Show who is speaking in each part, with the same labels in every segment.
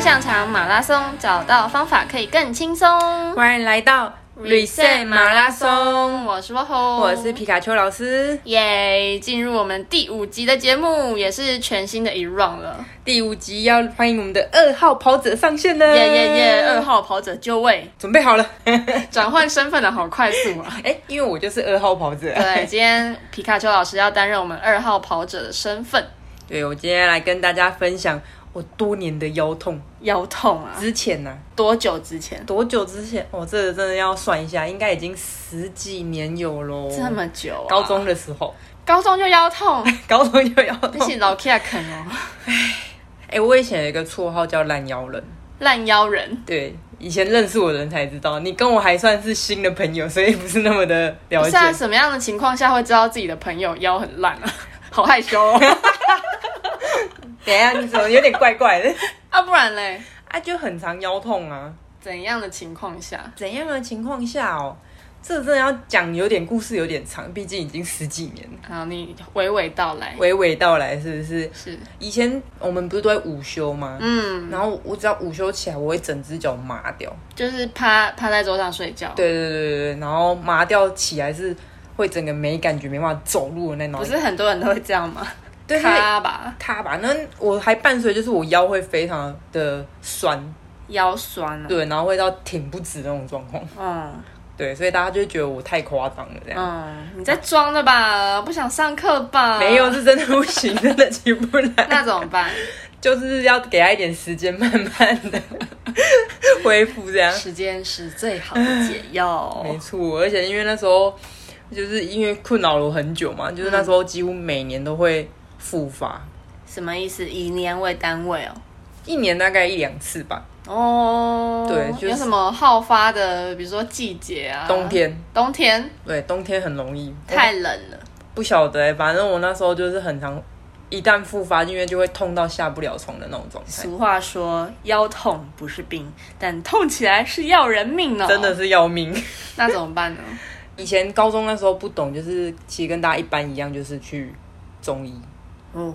Speaker 1: 上场马拉松，找到方法可以更轻松。
Speaker 2: 欢迎来到 Reset 马拉松，
Speaker 1: 我是 WoHo，
Speaker 2: 我是皮卡丘老师。
Speaker 1: 耶！进入我们第五集的节目，也是全新的一 round 了。
Speaker 2: 第五集要欢迎我们的二号跑者上线了，
Speaker 1: 耶耶耶！二号跑者就位，
Speaker 2: 准备好了。
Speaker 1: 转换身份的好快速啊！
Speaker 2: 哎，因为我就是二号跑者。
Speaker 1: 对，今天皮卡丘老师要担任我们二号跑者的身份。
Speaker 2: 对，我今天来跟大家分享我多年的腰痛。
Speaker 1: 腰痛啊！
Speaker 2: 之前呢、
Speaker 1: 多久之前？
Speaker 2: 多久之前？我、哦、这个真的要算一下，应该已经十几年有喽。
Speaker 1: 这么久、啊？
Speaker 2: 高中的时候，
Speaker 1: 高中就腰痛，
Speaker 2: 高中就腰
Speaker 1: 你
Speaker 2: 痛。
Speaker 1: 是老 K 啃哦，
Speaker 2: 哎，我以前有一个绰号叫烂腰人。
Speaker 1: 烂腰人。
Speaker 2: 对，以前认识我的人才知道，你跟我还算是新的朋友，所以不是那么的了
Speaker 1: 不
Speaker 2: 解。
Speaker 1: 是啊，什么样的情况下会知道自己的朋友腰很烂啊？ 好害羞哦！
Speaker 2: 等一下，你怎么有点怪怪的？
Speaker 1: 啊，不然嘞，
Speaker 2: 啊，就很常腰痛啊。
Speaker 1: 怎样的情况下？
Speaker 2: 怎样的情况下哦？这真的要讲有点故事，有点长，毕竟已经十几年了。
Speaker 1: 好，你娓娓道来。
Speaker 2: 娓娓道来，是不是？
Speaker 1: 是，
Speaker 2: 以前我们不是都会午休吗？
Speaker 1: 嗯，
Speaker 2: 然后我只要午休起来，我会整只脚麻掉。
Speaker 1: 就是趴趴在桌上睡觉。，
Speaker 2: 对对对对对，然后麻掉起来是会整个没感觉，没办法走路的那种。
Speaker 1: 不是很多人都会这样吗？
Speaker 2: 对，它会
Speaker 1: 趴吧，
Speaker 2: 咔吧。那我还伴随就是我腰会非常的酸，
Speaker 1: 腰酸了。
Speaker 2: 对，然后会到挺不直那种状况。
Speaker 1: 嗯
Speaker 2: 对，所以大家就会觉得我太夸张了这样。
Speaker 1: 嗯，你在装的吧？不想上课吧？
Speaker 2: 没有，，是真的不行， 真的起不来，
Speaker 1: 那怎么办？
Speaker 2: 就是要给他一点时间，慢慢的恢复这样。
Speaker 1: 时间是最好的解 药。哦
Speaker 2: 没错，而且因为那时候就是因为困扰了我很久嘛，就是那时候几乎每年都会复发，
Speaker 1: 什么意思？以年为单位哦。
Speaker 2: 一年大概一两次吧，
Speaker 1: 哦，
Speaker 2: 对就是
Speaker 1: 有什么好发的，比如说季节啊，
Speaker 2: 冬，天。嗯
Speaker 1: 冬天
Speaker 2: 对，冬天很容易，
Speaker 1: 太冷了，
Speaker 2: 不晓得、欸，反正我那时候就是很常，一旦复发，因为就会痛到下不了床的那种状态，
Speaker 1: 俗话说，腰痛不是病，但痛起来是要人命哦。
Speaker 2: 真的，是要命。
Speaker 1: 那怎么办呢？
Speaker 2: 啊 以前高中那时候不懂，就是其实跟大家一般一样，就是去中医
Speaker 1: 哦，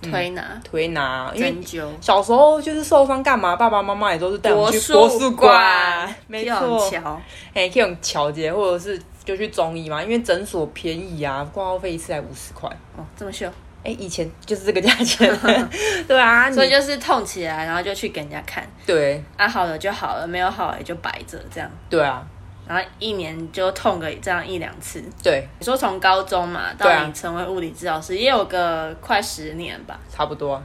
Speaker 1: 推拿、
Speaker 2: 推拿，嗯因为
Speaker 1: 针灸、
Speaker 2: 小时候就是受伤干嘛，爸爸妈妈也都是带我们去
Speaker 1: 国
Speaker 2: 国
Speaker 1: 术
Speaker 2: 术馆，没错，
Speaker 1: 桥
Speaker 2: 哎，可以用调节，或者是就去中医嘛，因为诊所便宜啊，挂号费一次才五十块。
Speaker 1: 哦，这么秀，
Speaker 2: 哎、以前就是这个价钱， 对啊，你
Speaker 1: 所以就是痛起来，然后就去给人家看，
Speaker 2: 对
Speaker 1: 啊好了就好了，没有好也就摆着这样，
Speaker 2: 对啊，
Speaker 1: 然后一年就痛个这样一两次。
Speaker 2: 对，
Speaker 1: 你说从高中嘛
Speaker 2: 对
Speaker 1: 到
Speaker 2: 啊
Speaker 1: 你成为物理治疗师，也有个快十年吧。
Speaker 2: 差不多啊、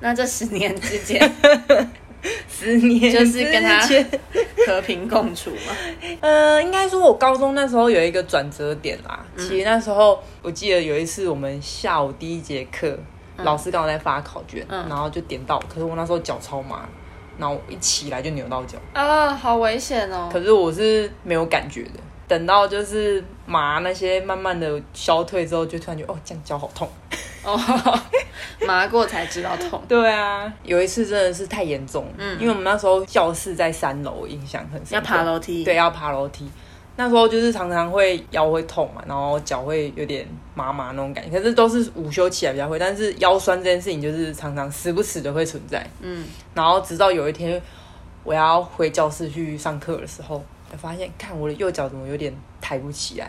Speaker 1: 那这十年之间
Speaker 2: 十年
Speaker 1: 就是跟他
Speaker 2: 之前
Speaker 1: 和平共处嘛，
Speaker 2: 呃，应该说我高中那时候有一个转折点啦。
Speaker 1: 嗯
Speaker 2: 其实那时候我记得有一次我们下午第一节课，老师刚好在发考卷，
Speaker 1: 嗯
Speaker 2: 然后就点到我，可是我那时候脚超麻，然后我一起来就扭到脚，
Speaker 1: 啊，好危险哦！
Speaker 2: 可是我是没有感觉的。等到就是麻那些慢慢的消退之后，就突然觉得哦，这样脚好痛。
Speaker 1: 哦，麻过才知道痛。
Speaker 2: 对啊，有一次真的是太严重了，因为我们那时候教室在三楼，我印象很深
Speaker 1: 嗯
Speaker 2: 刻。
Speaker 1: 要爬楼梯，
Speaker 2: 对，，要爬楼梯。那时候就是常常会腰会痛嘛，然后脚会有点麻麻那种感觉，可是都是午休起来比较会，但是腰酸这件事情就是常常时不时的会存在。
Speaker 1: 嗯，
Speaker 2: 然后直到有一天我要回教室去上课的时候，才发现看我的右脚怎么有点抬不起来。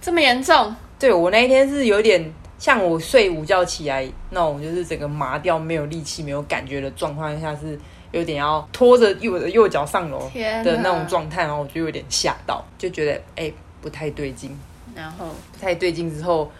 Speaker 1: 这么严重，
Speaker 2: 对我那一天是有点像我睡午觉起来那种，就是整个麻掉、没有力气、没有感觉的状况下，是有点要拖着右的右脚上楼
Speaker 1: 天
Speaker 2: 哦的
Speaker 1: 哪
Speaker 2: 那种状态，然后我就有点吓到，就觉得哎、不太对劲，
Speaker 1: 然后
Speaker 2: 不太对劲之后。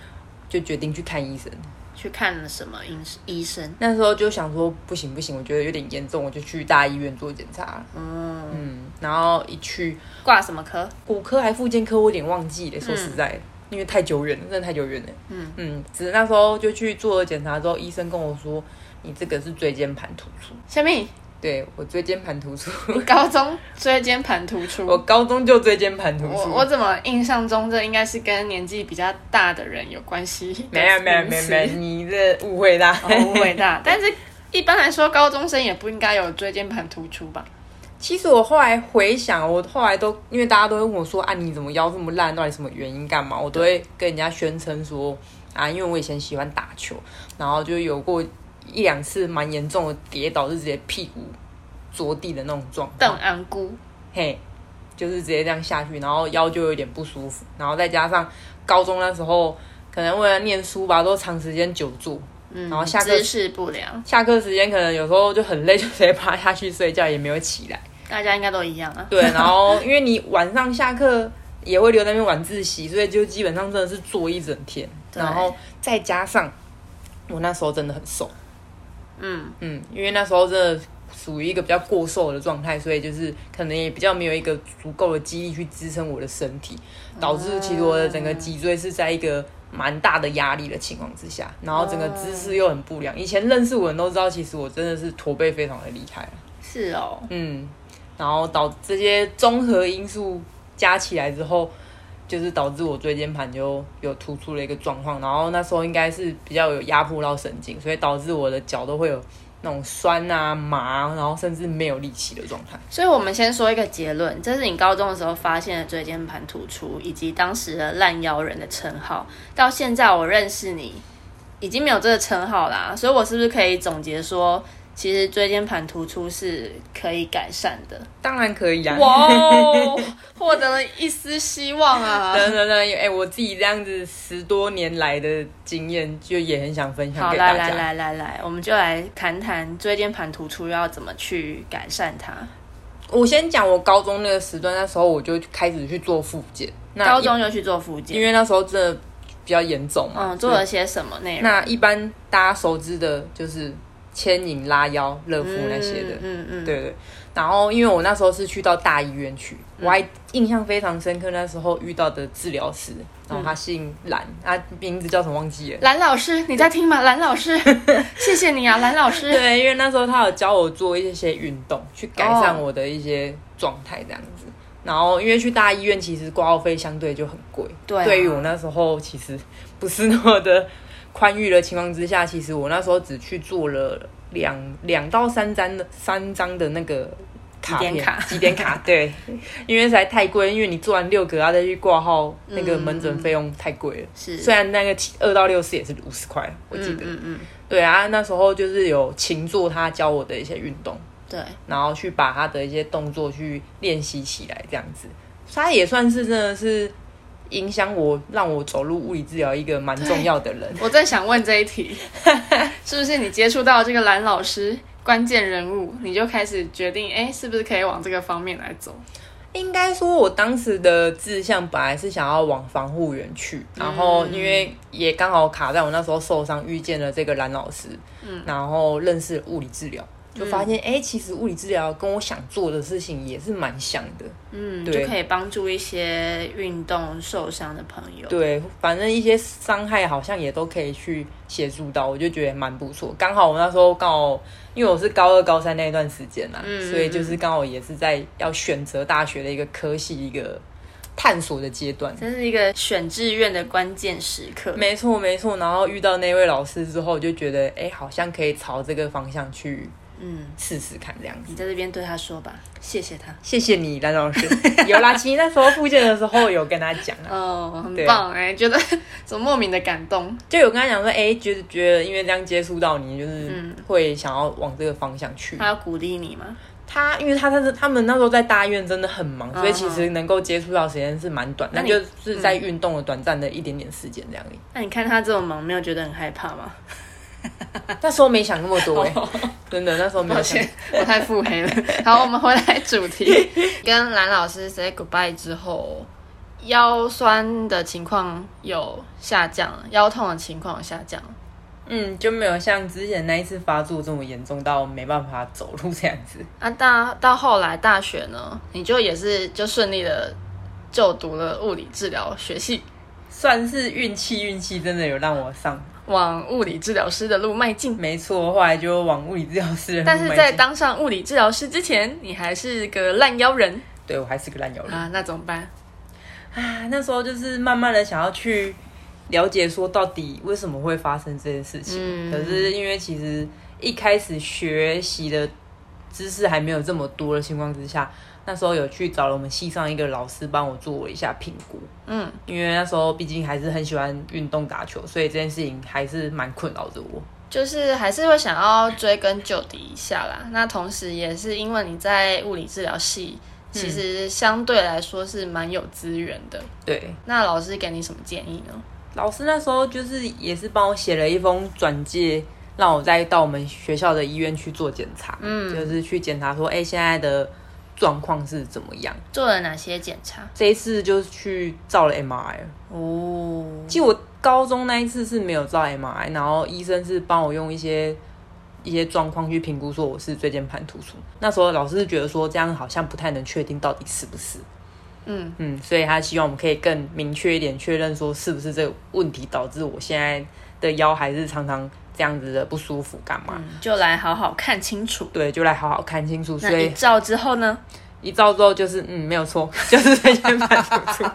Speaker 2: 就决定去看医生，
Speaker 1: 去看了什么医医生？
Speaker 2: 那时候就想说不行不行，我觉得有点严重，我就去大医院做检查。
Speaker 1: 嗯，
Speaker 2: 嗯，然后一去
Speaker 1: 挂什么科？
Speaker 2: 骨科还附件科，我有点忘记了。说实在的，因为太久远了，真的太久远了。
Speaker 1: 嗯
Speaker 2: 嗯，只是那时候就去做了检查之后，医生跟我说，你这个是椎间盘突出。
Speaker 1: 小米，
Speaker 2: 对我椎间盘突出，
Speaker 1: 你高中椎间盘突出。
Speaker 2: 我高中就椎间盘突
Speaker 1: 我
Speaker 2: 出。
Speaker 1: 我怎么印象中这应该是跟年纪比较大的人有关系的名词？
Speaker 2: 没有没有没有没有， 你这误会啦。
Speaker 1: 好伟大。但是一般来说，高中生也不应该有椎间盘突出吧？
Speaker 2: 其实我后来回想，我后来都因为大家都会问我说啊，你怎么腰这么烂？到底什么原因？干嘛？我都会跟人家宣称说啊，因为我以前喜欢打球，然后就有过一两次蛮严重的跌倒，就直接屁股着地的那种状
Speaker 1: 邓
Speaker 2: 况，
Speaker 1: 安姑，
Speaker 2: 嘿，就是直接这样下去，然后腰就有点不舒服，然后再加上高中那时候可能为了念书吧，都长时间久坐，
Speaker 1: 嗯，
Speaker 2: 然后下课
Speaker 1: 姿势不良，
Speaker 2: 下课时间可能有时候就很累，就直接趴下去睡觉，也没有起来。
Speaker 1: 大家应该都一样 啊。
Speaker 2: 对，然后因为你晚上下课也会留在那边晚自习，所以就基本上真的是坐一整天。
Speaker 1: 对
Speaker 2: 然后再加上我那时候真的很瘦，
Speaker 1: 嗯，
Speaker 2: 嗯，因为那时候真的属于一个比较过瘦的状态，所以就是可能也比较没有一个足够的肌力去支撑我的身体，导致其实我的整个脊椎是在一个。蛮大的压力的情况之下，然后整个姿势又很不良。以前认识我的人都知道，其实我真的是驼背非常的厉害啊。
Speaker 1: 是哦，
Speaker 2: 嗯，然后导这些综合因素加起来之后，就是导致我椎间盘就有突出了一个状况，然后那时候应该是比较有压迫到神经，所以导致我的脚都会有那种酸啊麻，然后甚至没有力气的状态。
Speaker 1: 所以我们先说一个结论，这是你高中的时候发现的椎间盘突出，以及当时的烂腰人的称号。到现在我认识你，已经没有这个称号啦，所以我是不是可以总结说，其实椎间盘突出是可以改善 的？
Speaker 2: 当然可以啊，
Speaker 1: 哇哦，获得了一丝希望啊！
Speaker 2: 等等等，哎、我自己这样子十多年来的经验，就也很想分享
Speaker 1: 好，
Speaker 2: 给
Speaker 1: 来
Speaker 2: 大
Speaker 1: 来
Speaker 2: 家。
Speaker 1: 来来来，我们就来谈谈椎间盘突出要怎么去改善它。
Speaker 2: 我先讲我高中那个时段，那时候我就开始去做复健。那
Speaker 1: 高中就去做复
Speaker 2: 因
Speaker 1: 健，
Speaker 2: 为那时候真的比较严重嘛，
Speaker 1: 嗯，做
Speaker 2: 所以
Speaker 1: 了些什么内容？
Speaker 2: 那一般大家熟知的就是牵引、拉腰、热敷那些的，
Speaker 1: 嗯嗯嗯，
Speaker 2: 对对。然后因为我那时候是去到大医院去，我还印象非常深刻，那时候遇到的治疗师，然后他姓蓝，他名字叫什么忘 记了。
Speaker 1: 蓝老师，你在 听吗？蓝老师，谢谢你啊，蓝老师。
Speaker 2: 对，因为那时候他有教我做一些运动，去改善
Speaker 1: 哦
Speaker 2: 我的一些状态这样子。然后因为去大医院，其实挂号费相对就很贵。
Speaker 1: 对啊
Speaker 2: 对于我那时候其实不是那么的宽裕的情况之下，其实我那时候只去做了两两到三张的三张的那个。卡
Speaker 1: 点
Speaker 2: 片
Speaker 1: 卡
Speaker 2: 几 点卡？对，因为实在太贵，因为你做完六个，然后再去挂号，那个门诊费用太贵了。
Speaker 1: 是
Speaker 2: 虽然那个七二到六次也是五十块，我记
Speaker 1: 嗯
Speaker 2: 得。
Speaker 1: 嗯嗯，
Speaker 2: 对啊，那时候就是有勤做他教我的一些运动，
Speaker 1: 对，
Speaker 2: 然后去把他的一些动作去练习起来，这样子，所以他也算是真的是影响我，让我走入物理治疗一个蛮重要的人。
Speaker 1: 我正想问这一 题，是不是你接触到这个蓝老师关键人物，你就开始决定，哎，是不是可以往这个方面来走？
Speaker 2: 应该说，我当时的志向本来是想要往防护员去，然后因为也刚好卡在我那时候受伤，遇见了这个蓝老师，嗯，然后认识了物理治疗，就发现哎、诶其实物理治疗跟我想做的事情也是蛮像的，
Speaker 1: 嗯，
Speaker 2: 对
Speaker 1: 就可以帮助一些运动受伤的朋友。
Speaker 2: 对，反正一些伤害好像也都可以去协助到，我就觉得蛮不错。刚好我那时候刚好，因为我是高二、高三那一段时间嘛，啊
Speaker 1: 嗯
Speaker 2: 所以就是刚好也是在要选择大学的一个科系、一个探索的阶段。
Speaker 1: 这是一个选志愿的关键时刻。
Speaker 2: 没错，没错。然后遇到那位老师之后，我就觉得哎，好像可以朝这个方向去
Speaker 1: 嗯，
Speaker 2: 试试看这样子。
Speaker 1: 你在这边对他说吧，谢谢他。
Speaker 2: 谢谢你，蓝老 师。有啦，其实那时候复健的时候有跟他讲啊，
Speaker 1: 哦，很
Speaker 2: 对
Speaker 1: 棒哎、 觉得怎么莫名的感动？
Speaker 2: 就有跟他讲说，哎、觉得觉得因为这样接触到你，就是
Speaker 1: 嗯
Speaker 2: 会想要往这个方向去。
Speaker 1: 他要鼓励你吗？
Speaker 2: 他因为他他是他们那时候在大医院真的很忙，
Speaker 1: 嗯
Speaker 2: 所以其实能够接触到时间是蛮短，
Speaker 1: 那
Speaker 2: 那
Speaker 1: 你嗯
Speaker 2: 就是在运动的短暂的一点点时间这样而已。
Speaker 1: 那你看他这么忙，没有觉得很害怕吗？
Speaker 2: 那时候没想那么 多、欸，真的那时候没
Speaker 1: 抱
Speaker 2: 有想
Speaker 1: 歉。，我太腹黑 了。好，我们回来主 题。
Speaker 3: 跟蓝老师 say goodbye 之后，腰酸的情况有下降，腰痛的情况有下降。
Speaker 2: 嗯，就没有像之前那一次发作这么严重到没办法走路这样子。
Speaker 3: 啊，大到后来大学呢，你就也是就顺利的就读了物理治疗学系，
Speaker 2: 算是运气，运气真的有让我上，
Speaker 3: 往物理治疗师的路迈进。
Speaker 2: 没错。后来就往物理治疗师的路
Speaker 3: 但是在
Speaker 2: 迈进
Speaker 3: 当上物理治疗师之前，你还是个烂腰人
Speaker 2: 对我还是个烂摇人。
Speaker 3: 啊，那怎么办？
Speaker 2: 啊，那时候就是慢慢的想要去了解说到底为什么会发生这件事情。
Speaker 3: 嗯
Speaker 2: 可是因为其实一开始学习的知识还没有这么多的情况之下，那时候有去找了我们系上一个老师帮我做了一下评估。
Speaker 3: 嗯，
Speaker 2: 因为那时候毕竟还是很喜欢运动打球，所以这件事情还是蛮困扰着我。
Speaker 3: 就是还是会想要追根究底一下啦。那同时也是因为你在物理治疗系，其实相对来说是蛮有资源的。
Speaker 2: 对，
Speaker 3: 那老师给你什么建议呢？
Speaker 2: 老师那时候就是也是帮我写了一封转介，让我再到我们学校的医院去做检查，嗯，就是去检查说，哎、现在的状况是怎么样？
Speaker 1: 做了哪些检查？
Speaker 2: 这一次就是去照了 MRI，
Speaker 1: 哦，
Speaker 2: 其实我高中那一次是没有照 MRI，然后医生是帮我用一些一些状况去评估，说我是椎间盘突出。那时候老师是觉得说这样好像不太能确定到底是不是，
Speaker 3: 嗯
Speaker 2: 嗯，所以他希望我们可以更明确一点确认说是不是这个问题导致我现在的腰还是常常这样子的不舒服干嘛？
Speaker 3: 嗯
Speaker 1: 就来好好看清楚。
Speaker 2: 对，就来好好看清楚。
Speaker 1: 那
Speaker 2: 所
Speaker 1: 一
Speaker 2: 以
Speaker 1: 照之后呢？
Speaker 2: 一照之后就是嗯，没有错， 就是椎间盘突出。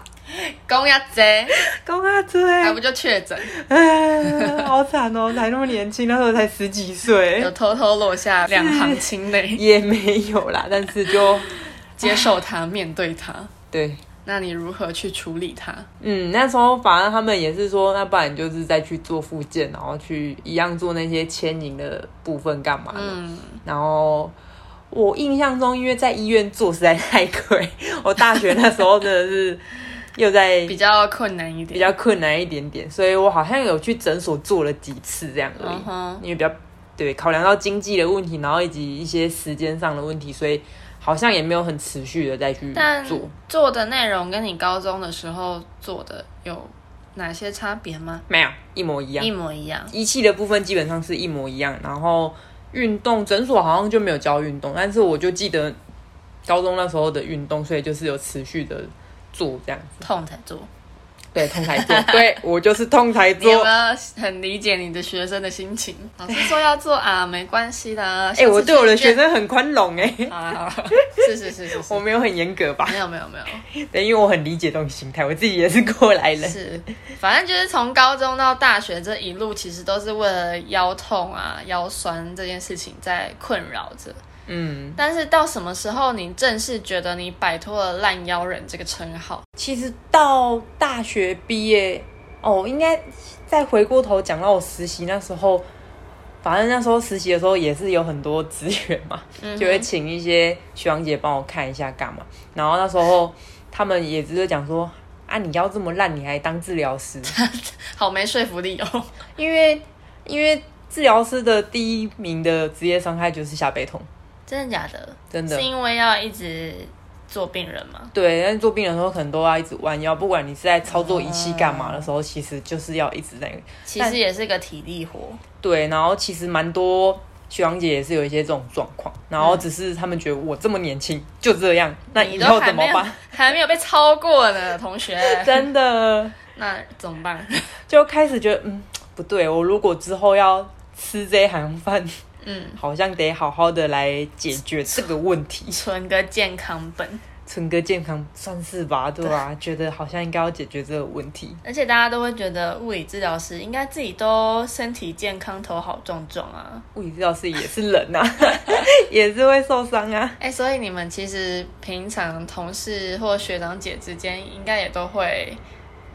Speaker 3: 公鸭贼，
Speaker 2: 高阿
Speaker 3: 还
Speaker 2: 椎，
Speaker 1: 啊
Speaker 3: 不就确 诊，
Speaker 2: 哎， 好惨哦，才那么年轻，那时候才十几岁
Speaker 3: 有。偷偷落下两行清泪，
Speaker 2: 也没有啦，但是就
Speaker 3: 接受它，面对它。
Speaker 2: 对，
Speaker 3: 那你如何去处理它？
Speaker 2: 嗯，那时候反正他们也是说，那不然就是再去做复健，然后去一样做那些牵引的部分干嘛的。
Speaker 3: 嗯，
Speaker 2: 然后我印象中，因为在医院做实在太贵， 我大学那时候真的是又在
Speaker 3: 比较困难一
Speaker 2: 比
Speaker 3: 点。
Speaker 2: 较困难一点点，所以我好像有去诊所做了几次这样而已
Speaker 3: 嗯哼，
Speaker 2: 因为比较对考量到经济的问题，然后以及一些时间上的问题，所以好像也没有很持续的再去
Speaker 3: 但
Speaker 2: 做。
Speaker 3: 做的内容跟你高中的时候做的有哪些差别吗？
Speaker 2: 没有一模一样
Speaker 1: 一，模一样。
Speaker 2: 仪器的部分基本上是一模一样，然后运动诊所好像就没有教运动，但是我就记得高中那时候的运动，所以就是有持续的做这样子。
Speaker 1: 痛才做，
Speaker 2: 对，痛才 做，对哎我就是痛才
Speaker 3: 你有
Speaker 2: 做
Speaker 3: 没。有很理解你的学生的心 情？老师说要做啊， 没关系的。哎
Speaker 2: 哎、我对我的学，生很宽容哎、
Speaker 3: 好啦好啦，啊是是是是是，
Speaker 2: 我没有很严格吧？
Speaker 3: 没有没有没有，
Speaker 2: 对，因为我很理解这种心态，我自己也是过来人。
Speaker 3: 是，反正就是从高中到大学这一路，其实都是为了腰痛啊、腰酸这件事情在困扰着。
Speaker 2: 嗯，
Speaker 3: 但是到什么时候你正式觉得你摆脱了“烂腰人”这个称号？
Speaker 2: 其实到大学毕业，哦，应该再回过头讲到我实习那时候，反正那时候实习的时候也是有很多资源嘛，就会请一些学长姐帮我看一下干嘛。然后那时候他们也只是讲说。啊！你要这么烂，你还当治疗师？
Speaker 3: 嗯好没说服力哦。
Speaker 2: 因为因为治疗师的第一名的职业伤害就是下背痛，
Speaker 1: 真的假的？
Speaker 2: 真的
Speaker 1: 是因为要一直做病人吗？
Speaker 2: 对，但是做病人的时候可能都要一直弯腰，不管你是在操作仪器干嘛的时候，
Speaker 3: 啊
Speaker 2: 其实就是要一直在
Speaker 1: 其实也是个体力活，
Speaker 2: 对，然后其实蛮多学长姐也是有一些这种状况，然后只是他们觉得我这么年轻就这样，那
Speaker 3: 嗯你
Speaker 2: 以
Speaker 3: 都
Speaker 2: 后
Speaker 3: 还
Speaker 2: 怎么
Speaker 3: 没有
Speaker 2: 办？
Speaker 3: 还没有被超过呢，同 学。
Speaker 2: 真的
Speaker 3: 那怎么办？
Speaker 2: 就开始觉得，嗯，不对，我如果之后要吃这行饭，
Speaker 3: 嗯，
Speaker 2: 好像得好好的来解决这个问题。
Speaker 1: 存个健康本。
Speaker 2: 春哥健康算是吧，对吧、觉得好像应该要解决这个问题。
Speaker 1: 而且大家都会觉得物理治疗师应该自己都身体健康，头好重重啊。
Speaker 2: 物理治疗师也是人 啊，也是会受伤啊。
Speaker 3: 哎、所以你们其实平常同事或学长姐之间，应该也都会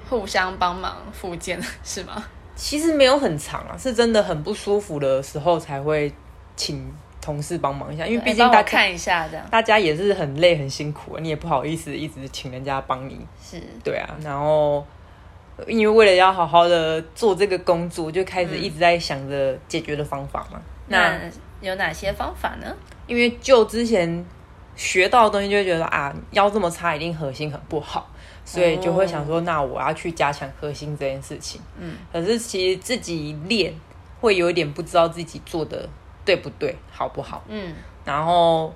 Speaker 3: 互相帮忙复健， 是吗？
Speaker 2: 其实没有很长啊，是真的很不舒服的时候才会请同事帮忙一下，因为毕
Speaker 1: 哎
Speaker 2: 竟
Speaker 1: 帮
Speaker 2: 大
Speaker 1: 我
Speaker 2: 家、
Speaker 1: 看一下，这样
Speaker 2: 大家也是很累很辛苦、啊，你也不好意思一直请人家帮你，
Speaker 1: 是
Speaker 2: 对啊，然后。呃因为为了要好好的做这个工作，就开
Speaker 1: 嗯
Speaker 2: 始一直在想着解决的方法嘛。那
Speaker 1: 那有哪些方法呢？
Speaker 2: 因为就之前学到的东西，就会觉得啊，腰这么差，一定核心很不好，所以就会想说，那我要去加强核心这件事情。
Speaker 1: 嗯，
Speaker 2: 可是其实自己练会有一点不知道自己做的对不对，好不好。
Speaker 1: 嗯，
Speaker 2: 然后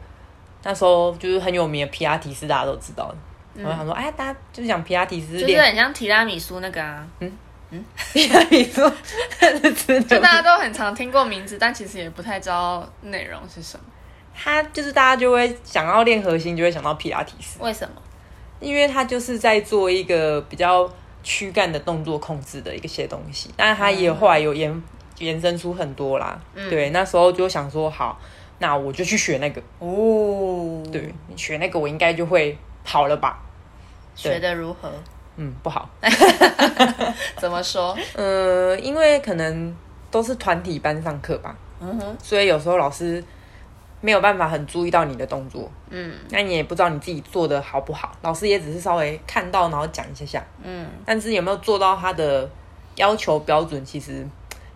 Speaker 2: 那时候就是很有名的皮拉提斯，大家都知道的。我就想说，哎，大家就讲皮拉提斯
Speaker 1: 嗯就是
Speaker 2: 练，
Speaker 1: 很像提拉米苏那个啊，
Speaker 2: 皮拉提斯是 吃
Speaker 3: 就
Speaker 2: 的
Speaker 3: 大家都很常听过名字，但其实也不太知道内容是什么。
Speaker 2: 他就是大家就会想要练核心，就会想到皮拉提斯。
Speaker 1: 为什么？
Speaker 2: 因为它就是在做一个比较躯干的动作控制的一些东西，但它也后来有延延伸出很多啦。对，那时候就想说，好，那我就去学那个，
Speaker 1: 哦，
Speaker 2: 对，学那个我应该就会好了吧？
Speaker 1: 学的如何？
Speaker 2: 嗯，不好，
Speaker 3: 怎么说？
Speaker 2: 呃，因为可能都是团体班上课吧，
Speaker 1: 嗯哼，
Speaker 2: 所以有时候老师没有办法很注意到你的动作，
Speaker 1: 嗯，
Speaker 2: 那你也不知道你自己做的好不好，老师也只是稍微看到然后讲一下下，
Speaker 1: 嗯，
Speaker 2: 但是有没有做到他的要求标准，其实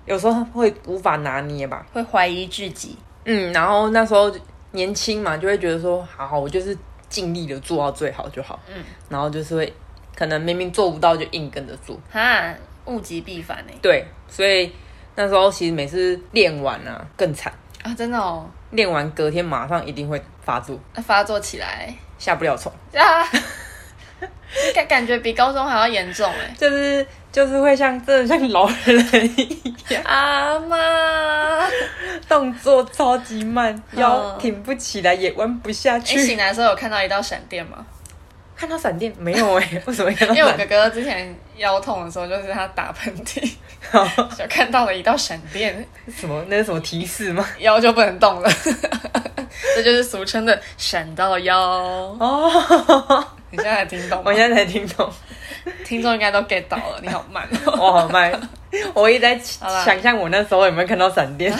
Speaker 2: 有时候会无法拿捏吧，
Speaker 1: 会怀疑自己，
Speaker 2: 嗯，然后那时候年轻嘛，就会觉得说，好好，我就是尽力的做到最好就好，嗯，然后就是会可能明明做不到就硬跟着做，
Speaker 1: 哈，物极必反呢、欸
Speaker 2: 对，所以那时候其实每次练完啊更惨，
Speaker 3: 啊，真的哦，
Speaker 2: 练完隔天马上一定会发作，
Speaker 3: 那发作起来
Speaker 2: 下不了床，
Speaker 3: 啊， 感感觉比高中还要严重哎、
Speaker 2: 就是就是会像真的像老人一样，
Speaker 3: 阿 妈，
Speaker 2: 动作超级慢，腰哦
Speaker 3: 嗯
Speaker 2: 挺不起来，也弯不下
Speaker 3: 你醒
Speaker 2: 去。
Speaker 3: 来的时候有看到一道闪电吗？
Speaker 2: 看到闪电没有哎、为什么看到
Speaker 3: 因为我哥
Speaker 2: 闪？
Speaker 3: 哥之前腰痛的时候，就是他打喷嚏，就看到了一道闪电，
Speaker 2: 什么？那是什么提示吗？
Speaker 3: 腰就不能动了。 这就是俗称的“闪到腰
Speaker 2: 哦，”。
Speaker 3: 你现在还听懂吗
Speaker 2: 我？现在才听懂。
Speaker 3: 听众应该都 get 到了，你好慢哦。
Speaker 2: 我好慢，我一直在
Speaker 3: 好啦
Speaker 2: 想象我那时候有没有看到闪电。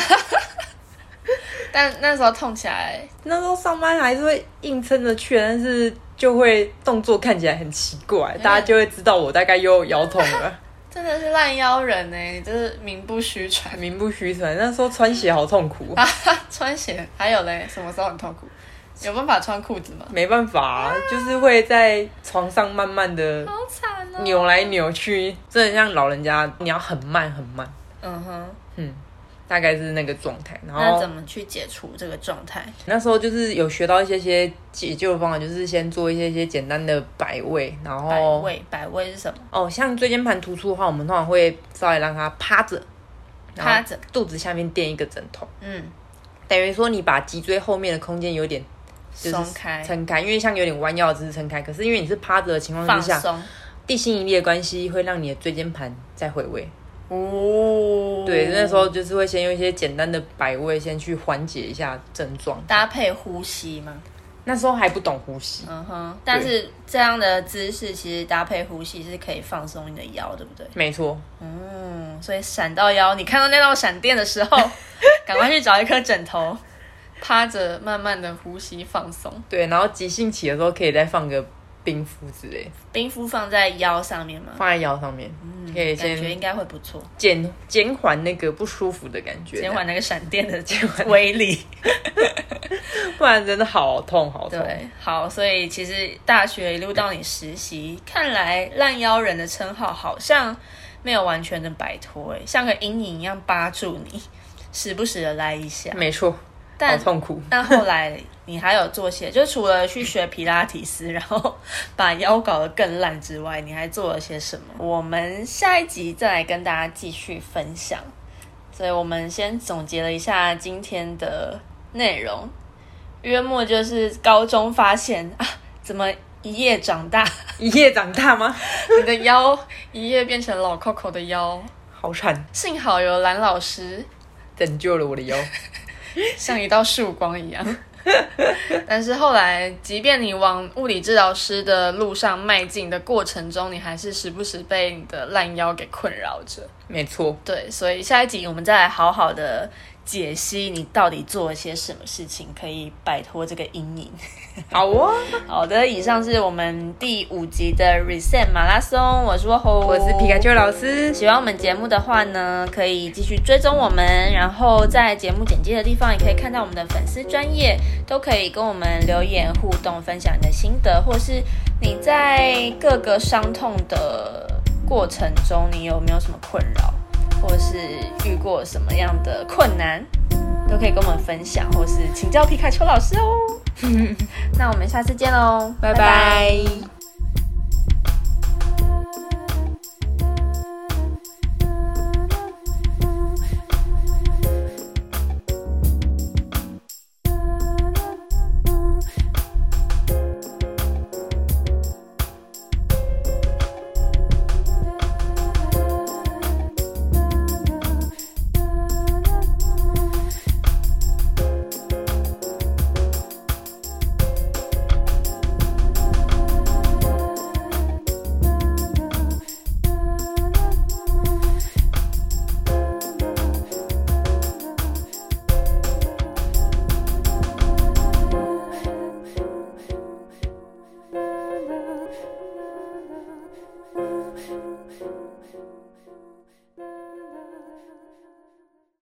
Speaker 3: 但那时候痛起来，
Speaker 2: 那时候上班还是会硬撑着去，但是就会动作看起来很奇
Speaker 1: 嗯
Speaker 2: 怪，大家就会知道我大概又腰痛 了，
Speaker 3: 真的是烂腰人呢、你真是名不虚传。
Speaker 2: 名不虚传。那时候穿鞋好痛苦，
Speaker 3: 穿鞋还有嘞，什么时候很痛苦？有办法穿裤子吗？
Speaker 2: 没办法、就是会在床上慢慢的
Speaker 3: 好惨哦。
Speaker 2: 扭来扭去，真的像老人家，你要很慢很慢，
Speaker 3: 嗯哼，
Speaker 2: 嗯，大概是那个状态。然
Speaker 1: 那
Speaker 2: 后
Speaker 1: 怎么去解除这个状态？
Speaker 2: 那时候就是有学到一些些解救的方法，就是先做一些些简单的摆位，然
Speaker 1: 百
Speaker 2: 后
Speaker 1: 位，百位是什么？
Speaker 2: 哦，像椎间盘突出的话，我们通常会稍微让它趴着，然后
Speaker 1: 趴着
Speaker 2: 肚子下面垫一个枕头，
Speaker 1: 嗯，
Speaker 2: 等于说你把脊椎后面的空间有点就是
Speaker 1: 松开，
Speaker 2: 撑开，因为像有点弯腰的姿势撑开，可是因为你是趴着的情况
Speaker 1: 放
Speaker 2: 之下，
Speaker 1: 松。
Speaker 2: 地心引力的关系会让你的椎间盘再回位。
Speaker 1: 哦，
Speaker 2: 对，那时候就是会先用一些简单的摆位，先去缓解一下症状。
Speaker 1: 搭配呼吸吗？
Speaker 2: 那时候还不懂呼吸，
Speaker 1: 嗯哼，但是这样的姿势其实搭配呼吸是可以放松你的腰，对不对？
Speaker 2: 没错，
Speaker 1: 嗯，所以闪到腰，你看到那道闪电的时 候，赶快去找一颗枕头。
Speaker 3: 趴着慢慢的呼吸放松。
Speaker 2: 对。然后急性期的时候可以再放个冰敷之类，
Speaker 1: 冰敷放在腰上面嘛，
Speaker 2: 放在腰上面，可以
Speaker 1: 嗯感觉应
Speaker 2: 先
Speaker 1: 该会不错，
Speaker 2: 减减缓那个不舒服的感觉。
Speaker 1: 减缓那个闪电的
Speaker 2: 缓
Speaker 1: 威力。
Speaker 2: 不然真的好痛好痛。
Speaker 1: 对，好，所以其实大学一路到你实习，看来烂腰人的称号好像没有完全的摆脱，哎，像个阴影一样扒住你，时不时的来一下。
Speaker 2: 没错，好
Speaker 1: 但
Speaker 2: 痛苦。
Speaker 1: 那后来你还有做些，就除了去学皮拉提斯，然后把腰搞得更烂之外，你还做了些什么？我们下一集再来跟大家继续分享。所以我们先总结了一下今天的内容，约莫就是高中发现啊，怎么一夜长大，
Speaker 2: 一夜长大吗？
Speaker 3: 你的腰一夜变成老 Coco 的腰，
Speaker 2: 好惨，
Speaker 3: 幸好有蓝老师，
Speaker 2: 拯救了我的腰。
Speaker 3: 像一道曙光一 样。但是后来，即便你往物理治疗师的路上迈进的过程中，你还是时不时被你的烂腰给困扰着。
Speaker 2: 没错，
Speaker 1: 对，所以下一集我们再来好好的解析你到底做了些什么事情可以摆脱这个阴影。
Speaker 2: 好哦，
Speaker 1: 好的，以上是我们第五集的 Reset 马拉松，我是 w 吼，
Speaker 2: 我是皮卡丘老师，
Speaker 1: 喜欢我们节目的话呢，可以继续追踪我们，然后在节目简介的地方也可以看到我们的粉丝专业，都可以跟我们留言互动，分享你的心得，或是你在各个伤痛的过程中，你有没有什么困扰，或是遇过什么样的困难，都可以跟我们分享，或是请教皮卡丘老师哦。那我们下次见喽，
Speaker 2: 拜拜